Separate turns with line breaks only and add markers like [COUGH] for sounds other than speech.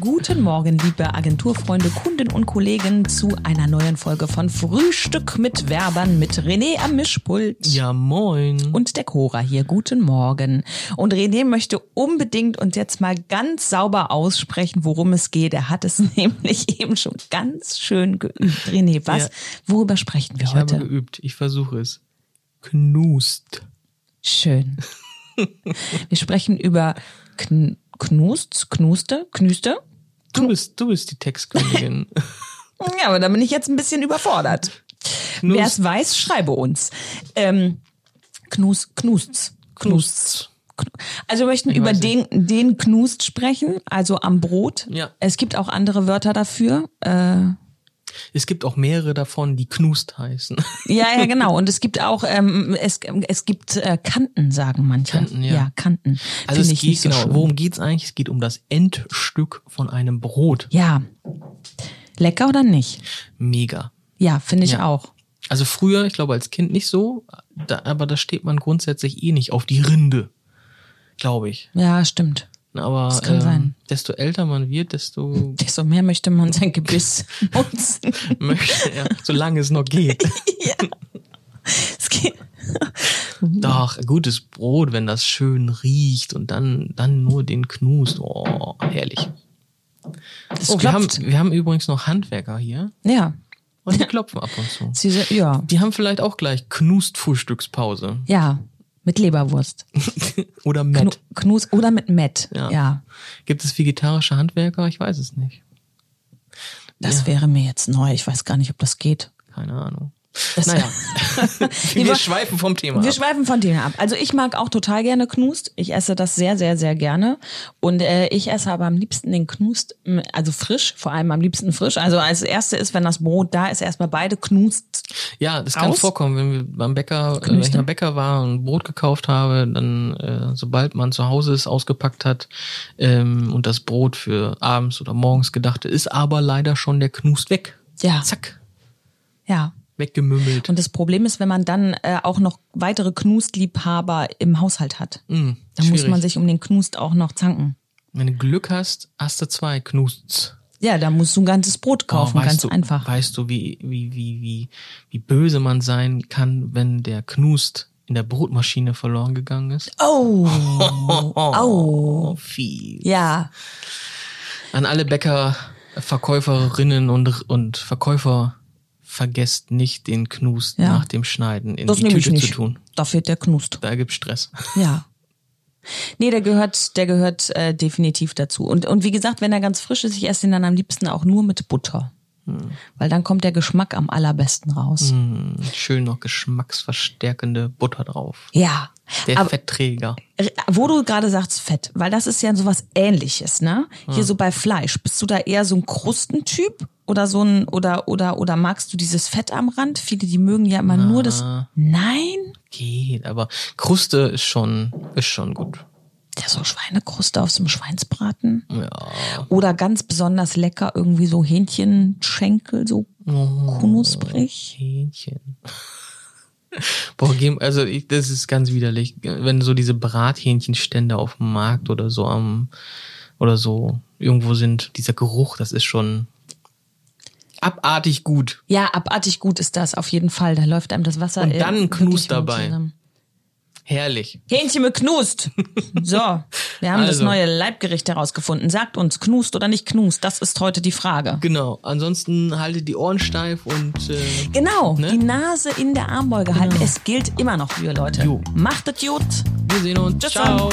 Guten Morgen, liebe Agenturfreunde, Kunden und Kollegen, zu einer neuen Folge von Frühstück mit Werbern mit René am Mischpult.
Ja, moin.
Und der Cora hier. Guten Morgen. Und René möchte unbedingt uns jetzt mal ganz sauber aussprechen, worum es geht. Er hat es [LAUGHS] nämlich eben schon ganz schön geübt. René, was?
Ja.
Worüber sprechen wir
ich
heute?
habe geübt. Ich versuche es. Knust. [LAUGHS]
Schön. wir sprechen über Kn Knust, Knuste, Knüste.
Du bist, du bist die
[LAUGHS]
Textkönigin.
Ja, aber da bin ich jetzt ein bisschen überfordert. Wer es weiß, schreibe uns. Ähm, knus, knusts. Knusts. Knu- Also wir möchten über
weiß
den, den Knust sprechen, also am Brot.
Ja.
Es gibt auch andere Wörter dafür. Äh, ja,
es gibt auch mehrere davon, die Knust heißen.
ja, genau. Und es gibt auch, ähm, es, es gibt äh, Kanten, sagen manche.
Kanten, ja.
Kanten. Finde
Also es
ich
geht,
nicht so
genau,
schön.
worum geht's eigentlich? Es geht um das Endstück von einem Brot.
Ja. Lecker oder nicht?
Mega.
Ja, finde ich auch.
Also früher, ich glaube als Kind nicht so, da, aber da steht man grundsätzlich eh nicht auf die Rinde, glaube ich.
Ja, stimmt.
Aber
Das kann
ähm,
sein.
desto älter man wird, desto [LAUGHS]
Desto mehr möchte man sein Gebiss [LAUGHS] nutzen.
möchte er, solange es noch geht.
Es geht,
Doch, gutes Brot, wenn das schön riecht und dann, dann nur den Knust. Oh, herrlich.
es
Oh, wir, haben,
klopft.
wir haben übrigens noch Handwerker hier
Ja.
und die klopfen ab und zu.
Sie, se- ja.
Die haben vielleicht auch gleich Knust-Frühstückspause. [LAUGHS]
Ja, mit Leberwurst.
Oder
Knu
Met.
Knus oder mit Met. Ja.
Ja. Gibt es vegetarische Handwerker? Ich weiß es nicht.
Das wäre mir jetzt neu. Ich weiß gar nicht, ob das geht.
Keine Ahnung.
Das
Naja, [LAUGHS]
wa-
wir schweifen vom Thema
Wir
ab.
schweifen von Themen ab. Also ich mag auch total gerne Knust. Ich esse das sehr, sehr, sehr gerne. Und äh, ich esse aber am liebsten den Knust, m, also frisch, vor allem am liebsten frisch. Also als erste ist, wenn das Brot da ist, erstmal beide Knust.
Ja, das kann
Aus?
vorkommen, wenn wir beim Bäcker, äh, wenn ich beim Bäcker war und Brot gekauft habe, dann äh, sobald man zu Hause es ausgepackt hat ähm, und das Brot für abends oder morgens gedacht ist, aber leider schon der Knust weg.
Ja.
Zack,
Ja.
weggemümmelt.
Und das Problem ist, wenn man dann äh, auch noch weitere Knustliebhaber im Haushalt hat.
Hm,
Dann muss
schwierig.
man sich um den Knust auch noch zanken.
wenn du Glück hast, hast du zwei Knusts.
Ja, da musst du ein ganzes Brot kaufen,
Oh, weißt
ganz
du,
einfach.
Weißt du, wie, wie, wie, wie, wie böse man sein kann, wenn der Knust in der Brotmaschine verloren gegangen ist?
Oh,
Oh, viel.
ja,
An alle Bäcker, Verkäuferinnen und, und Verkäufer, vergesst nicht den Knust
Ja.
nach dem Schneiden in
das
die
nehme ich
Tüte
nicht.
zu tun.
Da fehlt der Knust.
Da gibt's Stress. [LAUGHS]
Ja. Nee, der gehört, der gehört äh, definitiv dazu. Und, und wie gesagt, wenn er ganz frisch ist, ich esse ihn dann am liebsten auch nur mit Butter. Weil dann kommt der Geschmack am allerbesten raus.
Hm, Schön noch geschmacksverstärkende Butter drauf.
Ja.
Der
Aber
Fettträger.
äh, wo du gerade sagst Fett, weil das ist ja sowas ähnliches, ne?
Hm.
Hier so bei Fleisch. Bist du da eher so ein Krustentyp? Oder so ein, oder, oder, oder magst du dieses Fett am Rand? Viele, die mögen ja immer nur das. Nein?
Geht, aber Kruste ist schon, ist schon gut.
Ja, so Schweinekruste aus dem Schweinsbraten.
Ja.
Oder ganz besonders lecker irgendwie so Hähnchenschenkel, so
Oh.
knusprig.
Hähnchen. Boah, geh- also ich, das ist ganz widerlich, wenn so diese Brathähnchenstände auf dem Markt oder so am oder so irgendwo sind. Dieser Geruch, das ist schon abartig gut.
Ja, abartig gut ist das auf jeden Fall. Da läuft einem das Wasser.
Und
äh,
dann
wirklich
Knus
im Mund
dabei.
zusammen.
Herrlich.
Hähnchen mit
[LAUGHS]
Knust. So, wir haben das
Also.
neue Leibgericht herausgefunden. Sagt uns, Knust oder nicht Knust? Das ist heute die Frage.
Genau. Ansonsten haltet die Ohren steif und äh,
Genau,
Ne? Genau.
die Nase in der Armbeuge halten. Es gilt immer noch für Leute.
Jo.
Macht es gut.
wir sehen uns.
Tschüss.
Ciao.